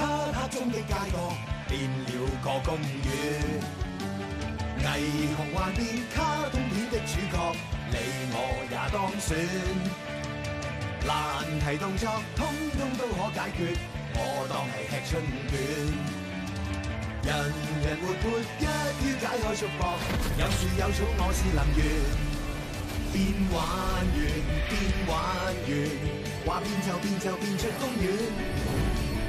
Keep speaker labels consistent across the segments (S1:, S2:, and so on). S1: 的街角變了個公園。霓虹幻變卡通片的主角，你我也當選。難題動作通通都可解決，我當係吃春卷。人人活潑，一於解開束縛，有樹有草，我是能源。變玩完，變玩完，話變就變就變出公園。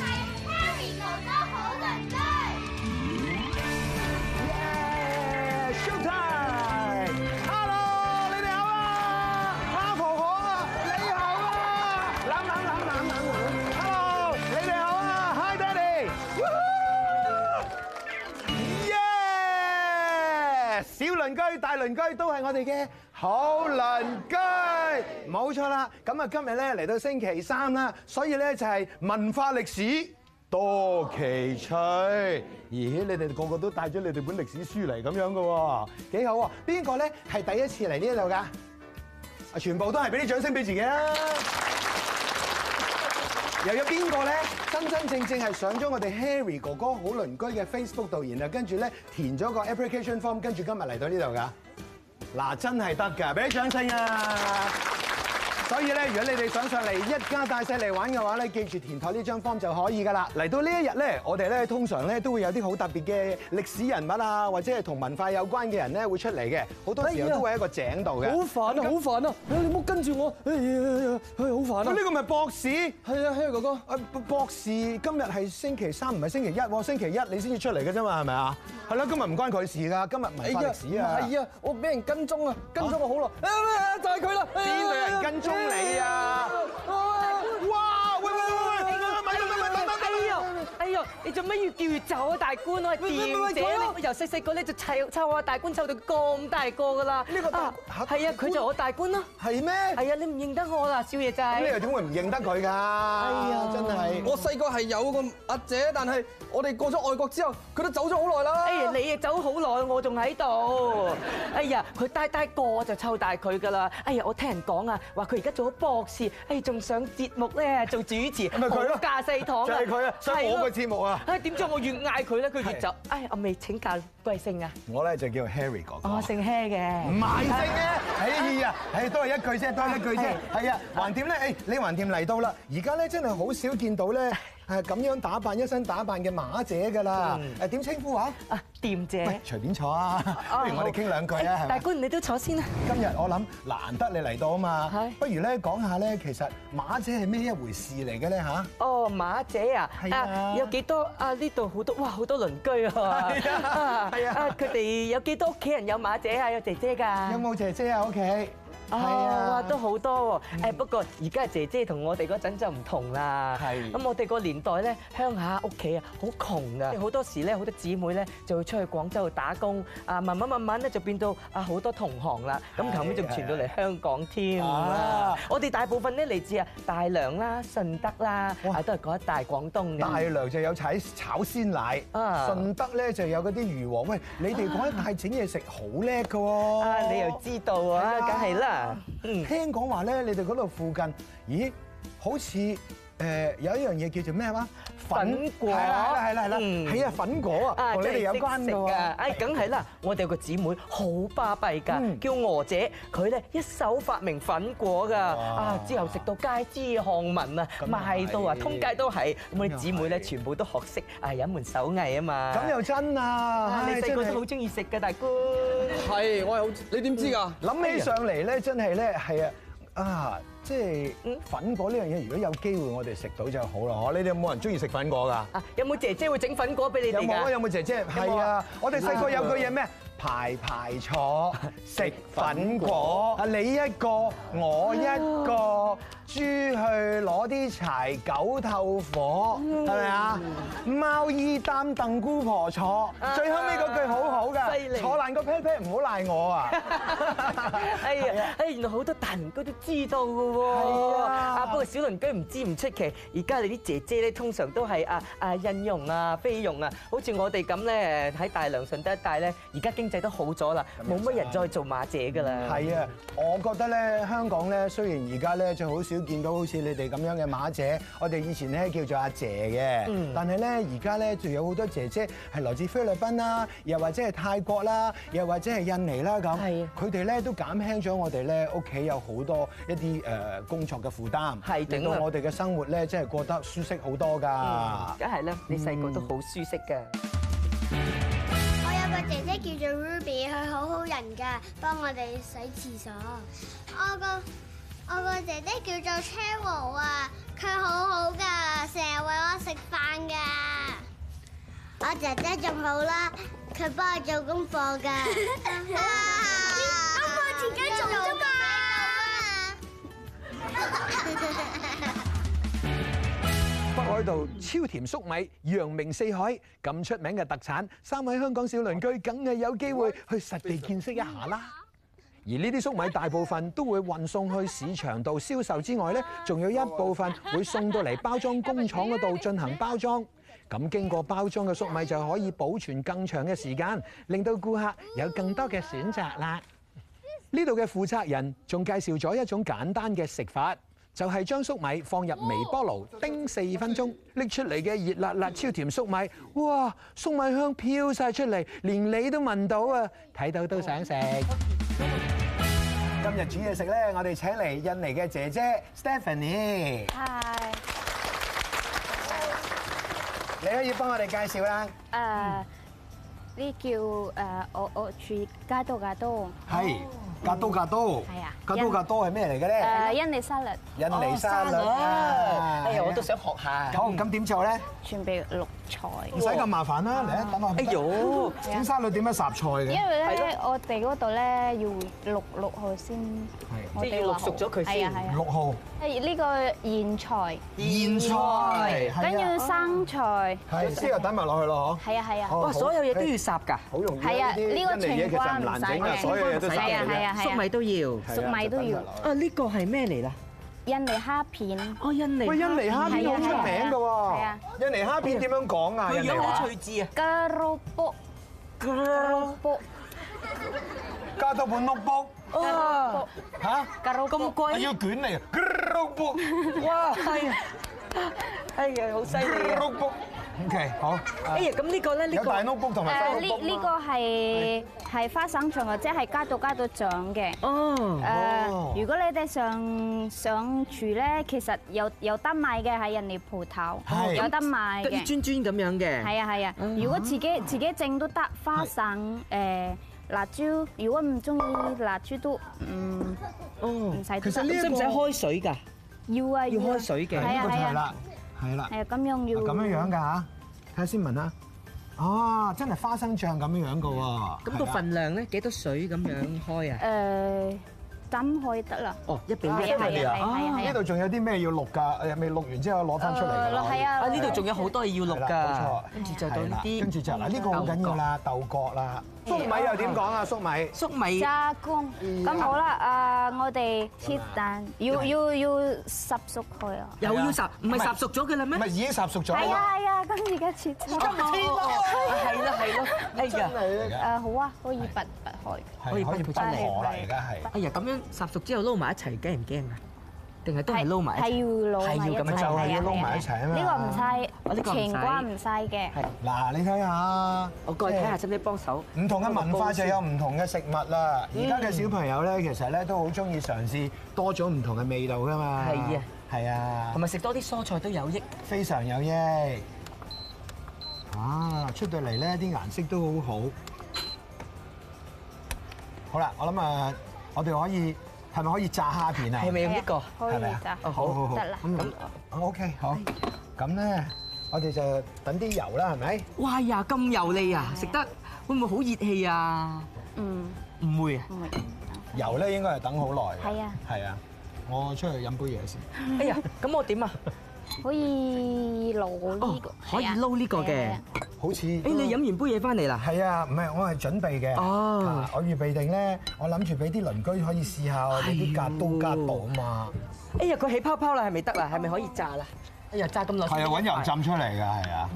S2: 哋係 Harry 哥哥好鄰居。
S3: Show time！Hello，你哋好啊！蝦婆婆啊，你好啊！攬攬攬攬攬攬！Hello，你哋好啊！Hi à. Daddy！耶！小鄰居、大鄰居都係我哋嘅好鄰居，冇錯啦。咁啊，今日咧嚟到星期三啦，所以咧就係文化歷史多奇趣。咦，你哋個個都帶咗你哋本歷史書嚟咁樣嘅喎，幾好喎！邊個咧係第一次嚟呢度㗎？啊，全部都係俾啲掌聲俾自己啊！又有邊個咧？真真正正係上咗我哋 Harry 哥哥好鄰居嘅 Facebook 度，然後跟住咧填咗個 application form，跟住今日嚟到呢度噶。嗱，真係得㗎，俾啲掌聲啊！所以咧，如果你哋想上嚟一家大細嚟玩嘅話咧，記住填妥呢張 form 就可以㗎啦。嚟到呢一日咧，我哋咧通常咧都會有啲好特別嘅歷史人物啊，或者係同文化有關嘅人咧會出嚟嘅，好多時候都會喺一個井度嘅。
S4: 好煩啊！好煩啊！你唔好跟住我，哎呀，哎呀好煩
S3: 咁
S4: 啊！
S3: 呢個咪博士？
S4: 係啊，Harry 哥哥，
S3: 啊，博博士，今日係星期三，唔係星期一喎。星期一你先至出嚟嘅啫嘛，係咪啊？係啦，今日唔關佢事㗎，今日文化歷史啊。
S4: 唔係啊，我俾人跟蹤啊，跟咗我好耐，啊就係佢啦！
S3: 邊度有人跟蹤你啊？哇！喂喂喂喂，咪咪咪咪等等
S5: 哎
S3: 等
S5: 呀，哎呀，你做乜越叫越走啊，大官？我係電者，你由細細個咧就湊湊我大官，湊到咁大個噶啦。
S3: 呢個大
S5: 啊
S3: 嚇
S5: 係啊，佢就我大官啦。
S3: 係咩？
S5: 係啊，你唔認得我啦，少
S3: 咁
S5: 爺
S3: 你
S5: 仔。
S3: 又點會唔認得佢㗎？
S5: 呀
S3: 真係。
S4: 我細個係有個阿姐，但係我哋過咗外國之後，佢都走咗好耐啦。
S5: 哎呀，你啊走好耐，我仲喺度。哎呀，佢大大個我就湊大佢噶啦。哎呀，我聽人講啊，話佢而家做咗博士，哎仲上節目咧做主持，
S3: 咪佢咯
S5: 好架勢堂
S3: 就係佢啊上我嘅
S5: 係喎
S3: 節目啊
S5: 哎，點知我越嗌佢咧，佢越走。哎，我未請教貴姓啊？
S3: 我咧就叫 Harry 哥哥
S5: 我。哦姓 h 嘅。
S3: 唔係正嘅，哎呀，唉，都係一句啫，都係一句啫，係啊，橫掂咧，誒，你橫掂嚟到啦，而家咧真係好少見到咧，係咁樣打扮一身打扮嘅馬姐㗎啦，誒點稱呼啊？
S5: 啊，店姐。哎
S3: 喂，隨便坐啊，
S5: 哦
S3: 不如我哋傾兩句啊，係
S5: 大
S3: 咪？
S5: 官，你都坐先啦。
S3: 今日我諗難得你嚟到啊嘛
S5: 係，
S3: 不如咧講下咧，其實馬姐係咩一回事嚟嘅咧嚇？
S5: 哦，馬姐啊，
S3: 係啊
S5: 啊，有幾多啊？呢度好多，哇，好多鄰居啊！
S3: 係啊係啊
S5: 佢哋有幾多屋企人有馬姐啊？有姐姐㗎？
S3: 有冇姐姐啊屋企？係啊嗯
S5: 哦，哇，都好多喎！誒，不過而家姐姐同我哋嗰陣就唔同啦。
S3: 係
S5: 咁我哋個年代咧，鄉下屋企啊，好窮噶，好多時咧，好多姊妹咧就會出去廣州打工，啊，慢慢慢慢咧就變到啊好多同行啦。咁
S3: 係
S5: 後尾仲傳到嚟香港添。
S3: 啊
S5: 我哋大部分咧嚟自啊大良啦、順德啦，
S3: 哇
S5: 啊都係嗰一帶廣東嘅。
S3: 大良就有炒炒鮮奶，
S5: 啊
S3: 順德咧就有嗰啲魚王。喂，你哋嗰一帶整嘢食好叻㗎喎！
S5: 啊，你又知道啊，
S3: 係啊
S5: 梗係啦。嗯，
S3: 聽講話咧，你哋嗰度附近，咦，好似誒、呃有一樣嘢叫做咩話？
S5: 粉果
S3: 係啦係啦係啦，
S5: 嗯
S3: 係啊粉果啊，
S5: 啊，
S3: 同你
S5: 真
S3: 哋
S5: 係
S3: 有
S5: 識
S3: 關
S5: 食
S3: 㗎喎。
S5: 唉，梗係啦，我哋有個姊妹好巴閉㗎，
S3: 嗯
S5: 叫娥姐，佢咧一手發明粉果㗎，啊，之後食到街知巷聞啊，
S3: 咁又係
S5: 賣到啊，通街都係。咁我
S3: 咁又
S5: 哋姊妹咧，
S3: 係
S5: 全部都學識啊，有一門手藝啊嘛。
S3: 咁又真啊！
S5: 啊，你
S3: 唉
S5: 細個
S3: 真係
S5: 都好中意食㗎，大官。
S4: 係我係好，你點知㗎？
S3: 諗
S5: 啊
S3: 起上嚟咧，真係咧係啊啊！即
S5: 嗯
S3: 係粉果呢樣嘢，如果有機會我哋食到就好啦。嗬，你哋有冇人中意食粉果㗎？
S5: 啊，有冇姐姐會整粉果俾你
S3: 有
S5: 哋
S3: 冇啊？
S5: 㗎？
S3: 有冇姐姐？係啊！我哋細個有句嘢咩？排排坐，食粉果。啊，你一個，我一個，豬去攞啲柴，狗透火，係咪啊？貓依擔凳，姑婆坐。最後尾嗰句好好
S5: 犀
S3: 㗎，
S5: 利
S3: 坐爛個 pat pat 唔好賴我啊！
S5: 哎呀，哎原來好多大鄰居都知道嘅喎。
S3: 係啊
S5: 啊，不過小鄰居唔知唔出奇。而家你啲姐姐咧，通常都 à, 係啊啊印傭啊、菲傭啊，好似我哋咁咧喺大良順德一帶咧，而家經經濟都好咗啦，冇乜人再做馬姐㗎啦。
S3: 係啊，我覺得咧，香港咧，雖然而家咧就好少見到好似你哋咁樣嘅馬姐，我哋以前咧叫做阿姐嘅，
S5: 嗯
S3: 但係咧而家咧就有好多姐姐係來自菲律賓啦，又或者係泰國啦，又或者係印尼啦咁
S5: 係啊，
S3: 佢哋咧都減輕咗我哋咧屋企有好多一啲誒工作嘅負擔，
S5: 係頂啊
S3: 令到我哋嘅生活咧真係過得舒適好多㗎。
S5: 梗係啦，你細個都好舒適㗎。
S2: 我有個姐姐叫做 Ruby，佢好好人噶，幫我哋洗廁所。我個我個姐姐叫做 Cheryl 啊，佢好好噶，成日喂我食飯噶。我姐姐仲好啦，佢幫我做功課 噶。我自己做啫嘛。
S6: 北海道超甜粟米揚名四海，咁出名嘅特產，三位香港小鄰居梗係有機會去實地見識一下啦。而呢啲粟米大部分都會運送去市場度銷售之外呢，仲有一部分會送到嚟包裝工廠嗰度進行包裝。咁經過包裝嘅粟米就可以保存更長嘅時間，令到顧客有更多嘅選擇啦。呢度嘅負責人仲介紹咗一種簡單嘅食法，就係將粟米放入微波爐叮四分鐘，拎出嚟嘅熱辣辣超甜粟米，哇！粟米香飄晒出嚟，連你都聞到啊！睇到都想食。
S3: 今日煮嘢食咧，我哋請嚟印尼嘅姐姐 Stephanie，
S7: 係
S3: 你可以幫我哋介紹啦。
S7: 誒，呢叫誒我我住加多加多
S3: 係，格都格都，
S7: 係啊
S3: 格都格都係咩嚟嘅咧？
S7: 誒印尼沙律，
S3: 印尼沙律啊！
S5: 哎呀，我都想學下。
S3: 咁咁點做咧？
S7: 準備綠菜。
S3: 唔使咁麻煩啦，嚟啊，等我。
S5: 哎呦，
S3: 整沙律點樣霎菜
S7: 因
S3: 嘅？
S7: 為咧，我哋嗰度咧要綠綠佢先，我
S5: 即係
S7: 哋
S5: 要
S7: 話
S5: 綠熟咗佢
S7: 係
S5: 先
S7: 啊係啊
S3: 六號
S7: 係呢個莧菜，
S3: 燕菜，
S7: 跟住生菜，
S3: 係之後等埋落去咯，
S7: 係啊係啊，
S3: 哦
S5: 哇，所有嘢都要烚㗎，
S3: 嗬，好容易
S7: 係啊，
S3: 啲
S7: 呢個
S3: 印尼嘢
S7: 情
S3: 其實
S7: 瓜
S3: 唔
S7: 唔
S3: 難
S7: 使
S3: 整啊，
S7: 嘅，
S3: 所有嘢都
S5: 唔
S3: 烚
S5: 使
S7: 係啊
S3: 嘅。
S7: 係啊
S5: 粟
S7: 係啊，
S5: 米都要。
S7: 粟
S3: à,
S7: 米都要，
S5: 啊，呢個係咩嚟啦？
S7: 印尼蝦片。
S5: 哦，印尼
S3: 喂，印尼蝦片好出名㗎
S7: 係啊
S3: 喎，印尼蝦片點樣講啊？
S5: 佢
S3: 印尼
S5: 樣好
S3: 話
S5: 趣致啊！
S7: 加羅卜
S5: Ờ.
S7: 卜
S3: 加多本 notebook
S5: 哇，
S3: 嚇，
S7: 加羅
S5: 咁
S7: 卜，
S3: 我
S5: 貴
S3: 要卷嚟，notebook
S5: 哇，係啊，哎呀，好犀利啊！
S3: notebook，OK 好，
S5: 哎呀，咁呢個咧，呢
S3: 有
S5: 個
S3: 大 notebook 同埋細
S7: 誒
S3: notebook
S7: 呢呢個係係花生醬或者係加到加到醬嘅。
S5: 哦，
S7: 誒，
S3: 哦
S7: 呃如果你哋上上廚咧，其實有有得賣嘅喺人哋鋪頭
S3: 係，
S7: 有得賣
S5: 一
S7: 嘅。
S5: 磚磚咁樣嘅。
S7: 係啊係啊，
S3: 嗯
S7: 如果自己自己整都得，花生誒辣椒，如果唔中意辣椒都唔
S5: 哦
S7: 唔，使
S3: 其實
S7: 都
S3: 呢
S7: 得。
S5: 使唔使開水㗎？
S7: 要啊
S5: 要
S7: 啊
S5: 開水嘅
S7: 係
S3: 呢
S7: 啊
S3: 個就
S7: 係
S3: 係
S7: 啊，
S3: 啦，係啦。
S7: 係啊咁樣要。
S3: 咁樣樣㗎嚇，睇下先聞下。哦，真係花生醬咁樣樣㗎喎。
S5: 咁個
S3: 係啊
S5: 份量咧幾多水咁樣開
S7: à.
S5: 啊？
S7: 誒，浸呃開得啦。
S5: 哦，一比一。
S7: 係啊係啊係啊係啊。
S3: 呢度仲有啲咩要錄㗎？誒，未錄完之後攞翻出嚟㗎啦。
S7: 係啊，
S5: 啊，呢度仲有好多嘢要錄
S3: 係啦
S5: 㗎
S3: 冇錯，
S5: 跟住就到呢啲，
S3: 跟住就嗱，呢個好緊要啦，豆角啦。粟米又點講啊？粟米
S5: 粟米。
S7: 加工。咁好啦，啊，我哋切蛋，要要要十熟佢啊。
S5: 又要烚，唔係烚熟咗嘅啦
S3: 唔
S5: 咩？
S3: 係已經烚熟咗
S7: 係
S3: 啦。
S7: 啊係啊，咁而家切咗。
S5: 係啦係啦，哎呀，
S7: 誒好啊，可以拔拔開。
S3: 係可以
S5: 可以
S3: 出
S5: 拔出嚟
S3: 嚟啦，而家係。
S5: 哎呀，咁樣烚熟之後撈埋一齊，驚唔驚啊？定係都係撈埋一齊？
S7: 係要撈
S5: 係
S7: 埋一齊，
S5: 要咁樣就
S3: 係要撈埋一齊啊嘛
S5: 哦
S7: 呢個
S5: 呢個
S7: 唔
S5: 唔
S7: 使，
S5: 使
S7: 情瓜唔使嘅。
S5: 係
S3: 嗱，你睇下，
S5: 我過去睇下，使唔使幫手？
S3: 唔同嘅文化就有唔同嘅食物啦。而家嘅小朋友咧，其實咧都好中意嘗試多咗唔同嘅味道㗎嘛。
S5: 係啊，
S3: 係啊
S5: 同。埋食多啲蔬菜都有益。
S3: 非常有益。啊，出到嚟咧啲顏色都好好。好啦，我諗啊，我哋可以係咪可以炸蝦片啊？
S5: 係咪用
S7: à.
S5: 呢個？
S7: 可以
S3: 係咪啊
S7: 咋？
S3: 好好好，
S7: 得啦
S3: 咁咁啊 OK 好。咁咧，我哋就等啲油啦，係咪？
S5: 哇呀，咁油膩啊！食得會唔會好熱氣啊？
S7: 嗯，
S5: 唔會啊！
S7: 唔會。
S3: 油咧應該係等好耐嘅。
S7: 係啊。
S3: 係啊。我出去飲杯嘢先。
S5: 哎呀，咁我點啊？
S7: 可以撈呢個
S5: 哦，可以撈呢個嘅
S7: 係啊
S3: 好似。
S5: 哎，你飲完杯嘢翻嚟啦？
S3: 係啊，唔係我係準備嘅。
S5: 哦
S3: 啊我預備定咧，我諗住俾啲鄰居可以試下我哋啲
S5: 係
S3: 夾
S5: 喎
S3: 刀夾刀啊嘛。
S5: 哎呀，佢起泡泡啦，係咪得啦？係咪可以炸啦？哎呀，揸咁耐，
S3: 係啊，揾油，浸出嚟㗎，係啊。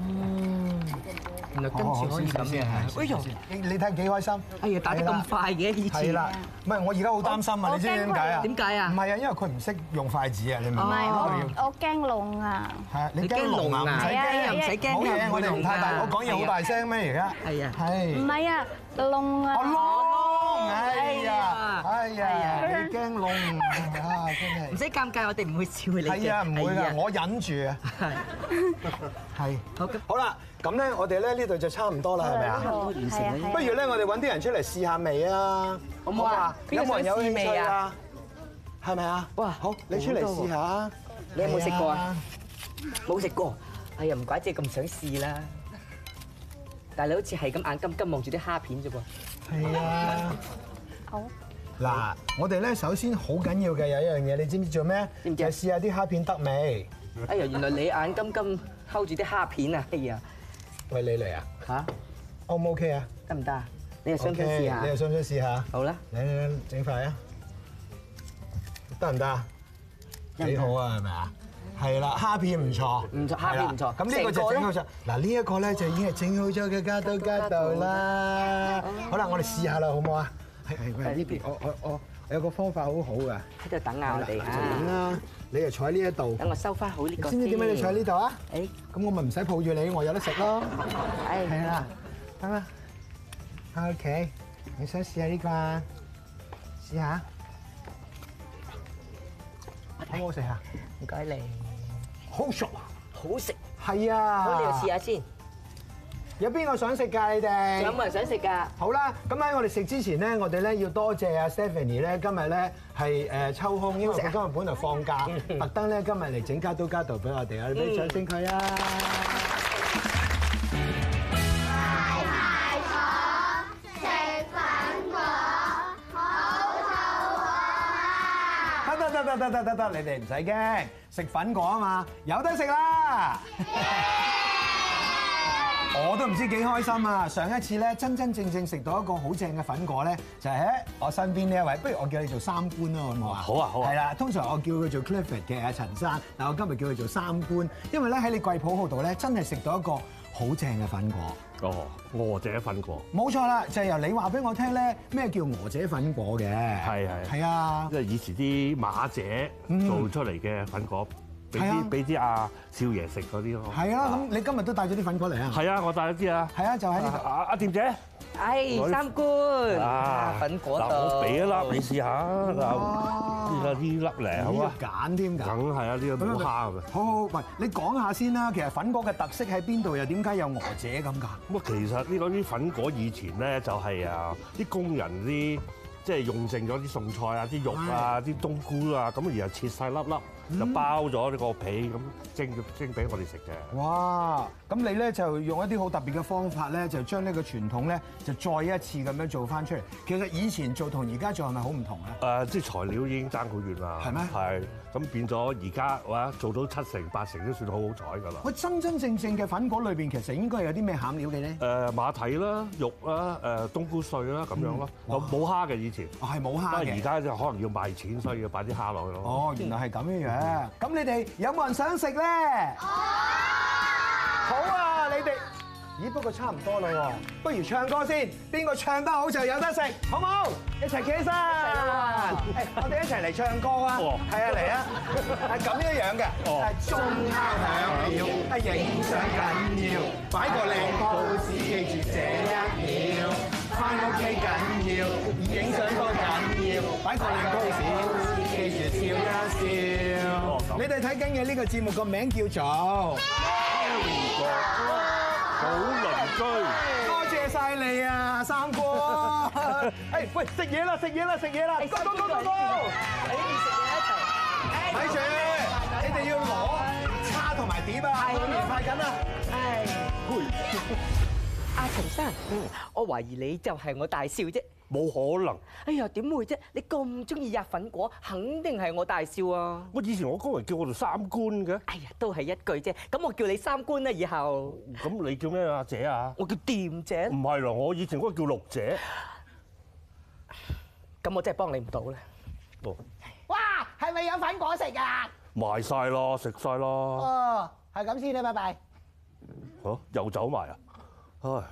S5: 原來今次可以咁樣。哎呦，
S3: 你你睇幾開心？
S5: 哎呀，打得咁快嘅以
S3: 係
S5: 前。
S3: 啦，唔係我而家好擔心啊！
S7: 我
S3: 你知唔知點解啊？
S5: 我驚佢點解啊
S3: 唔係啊，因為佢唔識用筷子啊，你明唔
S7: 唔
S3: 明？佢
S7: 係
S3: 要
S7: 我我驚聾啊，
S3: 係啊，你
S5: 你驚
S3: 驚聾
S5: 聾
S3: 啊？唔
S5: 啊？
S3: 使
S7: 係
S3: 驚
S7: 啊
S5: 又唔使驚，
S3: 冇嘢，我哋唔太大，
S5: 啊
S3: 我講嘢好大。聲咩而家？
S5: 係啊
S7: 唔
S3: 係。
S7: 係啊，聾啊，
S3: 我窿，哎呀，哎
S5: 哎
S3: 呀，你驚窿啊！
S5: 唔
S3: 真係。
S5: 使尷尬，我哋唔會笑你嘅。
S3: 係啊，唔會
S5: 哎呀
S3: 㗎，我忍住啊。
S5: 係
S3: 係。
S5: 好咁，
S3: 好啦，咁咧，我哋咧呢度就差唔多啦，係咪啊？
S7: 係啊係啊
S3: 不。如咧，我哋揾啲人出嚟試下味啊，好唔好啊？
S5: 邊
S3: 有
S5: 個
S3: 冇
S5: 想
S3: 人有
S5: 試
S3: 興
S5: 味
S3: 趣
S5: 啊
S3: 啊？係咪啊？
S5: 哇
S3: 好，你出嚟試下啊！你
S5: 有冇食過啊？冇食過，哎呀，唔怪之你咁想試啦。但係你好似係咁眼金金望住啲蝦片啫噃。
S3: 係啊。
S7: 好。
S3: 嗱，我哋咧首先好緊要嘅有一樣嘢，你知唔知做咩？
S5: 知唔知
S3: 就
S5: 啊
S3: 係試下啲蝦片得未？
S5: 哎呀，原來你眼金金睺住啲蝦片啊！哎呀，
S3: 喂，你嚟啊
S5: 嚇
S3: ？O 唔 OK 啊？
S5: 得唔得啊？你又想唔想
S3: OK，
S5: 試下
S3: 你？又想唔想試下？
S5: 好啦，
S3: 嚟嚟嚟，整塊啊！得唔得啊？
S5: 得唔得
S3: 幾好啊，係咪啊？係啦，蝦片唔錯，
S5: 唔錯蝦片唔錯
S3: 係啦咁呢個就整好咗。嗱，呢一個咧就已經係整好咗嘅加多加道啦。好啦，我哋試下啦，好唔好啊？係係，喂，呢邊我我我我有個方法好好㗎，
S5: 喺度等下我哋
S3: 就咁
S5: 嚇。
S3: 啦。你就坐喺呢一度，
S5: 等我收翻好呢
S3: 你
S5: 個
S3: 知唔知點解你坐喺呢度啊？
S5: 誒，
S3: 咁我咪唔使抱住你，我有得食咯。
S5: 哎，
S3: 係啦，得啦。OK，你想試下呢個啊？試下，好唔好食啊？
S5: 唔該你，
S3: 好熟啊！
S5: 好食，
S3: 係啊。
S5: 好你又試下先。
S3: 有邊個想食㗎？你哋
S5: 有冇人想食㗎？
S3: 好啦，咁喺我哋食之前咧，我哋咧要多謝阿 Stephanie 咧，今日咧係誒抽空，因為佢今日本來放假，特登咧今日嚟整加都加道俾我哋啊！你俾掌聲佢啊！得得得得得得得，你哋唔使驚，食粉果啊嘛，有得食啦！我都唔知幾開心啊！上一次咧真真正正食到一個好正嘅粉果咧，就係喺我身邊呢一位，不如我叫你做三官啦，好唔好啊？
S8: 好啊好啊
S3: 係啦，通常我叫佢做 Clifford 嘅阿陳生，但我今日叫佢做三官，因為咧喺你貴普號度咧真係食到一個好正嘅粉果。
S8: 哦，餓者瞓過，
S3: 冇錯啦，就係由你話俾我聽咧，咩叫鵝姐粉果嘅？
S8: 係係
S3: 係啊
S8: 因，為以前啲馬姐做出嚟嘅粉果，俾
S3: 嗯係啊
S8: 啲俾啲阿少爺食嗰啲咯。啊
S3: 係啦。咁你今日都帶咗啲粉果嚟啊？
S8: 係啊，我帶咗啲啊。
S3: 係啊，就喺呢度。
S8: 阿阿店姐
S5: 哎，
S8: 我
S5: 三官
S8: 啊，
S5: 粉果
S8: 嗱我俾一
S5: 度。
S8: 粒你試下，嗱呢個呢粒嚟好
S3: 要
S8: 嘛？
S3: 揀添㗎。
S8: 梗係啊，呢個冇蝦嘅。
S3: 好好，喂，你講下先啦。其實粉果嘅特色喺邊度？又點解有鵝姐咁㗎？
S8: 咁啊，其實呢個啲粉果以前咧就係啊啲工人啲即係用剩咗啲餸菜啊、啲肉啊、啲冬菇啊，咁然後切晒粒
S3: 嗯
S8: 粒，就包咗呢個皮咁蒸蒸俾我哋食嘅。
S3: 哇！咁你咧就用一啲好特別嘅方法咧，就將呢個傳統咧就再一次咁樣做翻出嚟。其實以前做同而家做係咪好唔同咧？啊
S8: 誒，啲啊材料已經爭好遠啦，
S3: 係咩
S8: 係咁變咗而家哇，做到七成八成都算好好彩㗎啦。
S3: 喂，真真正正嘅粉果裏邊其實應該有啲咩餡料嘅咧？
S8: 誒馬蹄啦、肉啦、誒冬菇碎啦咁樣咯，有冇嗯蝦嘅以前，
S3: 啊，係冇
S8: 不過
S3: 蝦
S8: 而
S3: 嘅。
S8: 家就可能要賣錢，所以要擺啲蝦落去咯。
S3: 哦，原來係咁樣樣。啊咁你哋有冇人想食咧？好啊，你哋。咦，不過差唔多啦喎，不如唱歌先，邊個唱得好就有得食，好唔好？一齊企起身，係我哋一齊嚟唱歌啊
S8: 哦！
S3: 係啊，嚟啊！係咁樣樣嘅，係鐘敲響了，係影相緊要，擺個靚 pose 記住這一秒，翻屋企緊要，影相都緊要，擺個靚 pose 記住笑一笑。你哋睇緊嘅呢個節目個名叫做。
S8: 好鄰居。
S3: 多謝晒你啊，三哥！ 誒，喂，食嘢啦，食嘢啦，食嘢啦！哥哥哥哥哥，睇住，你哋要攞叉同埋碟啊！我哋快緊啦！
S5: 阿陳生，我懷疑你就係我大少啫。
S8: 冇可能！
S5: 哎呀，點會啫？你咁中意吔粉果，肯定係我大少啊！
S8: 我以前我工人叫我做三官嘅，
S5: 哎呀，都係一句啫。咁我叫你三官啦，以後
S8: 咁你叫咩啊姐啊？
S5: 我叫店姐
S8: 唔，係咯，我以前嗰個叫六姐。
S5: 咁我真係幫你唔到啦。
S8: 哦，
S9: 哇，係咪有粉果食啊？
S8: 賣晒咯，食晒咯，
S9: 哦，係咁先啦，拜拜。
S8: 嚇又走埋啊！唉，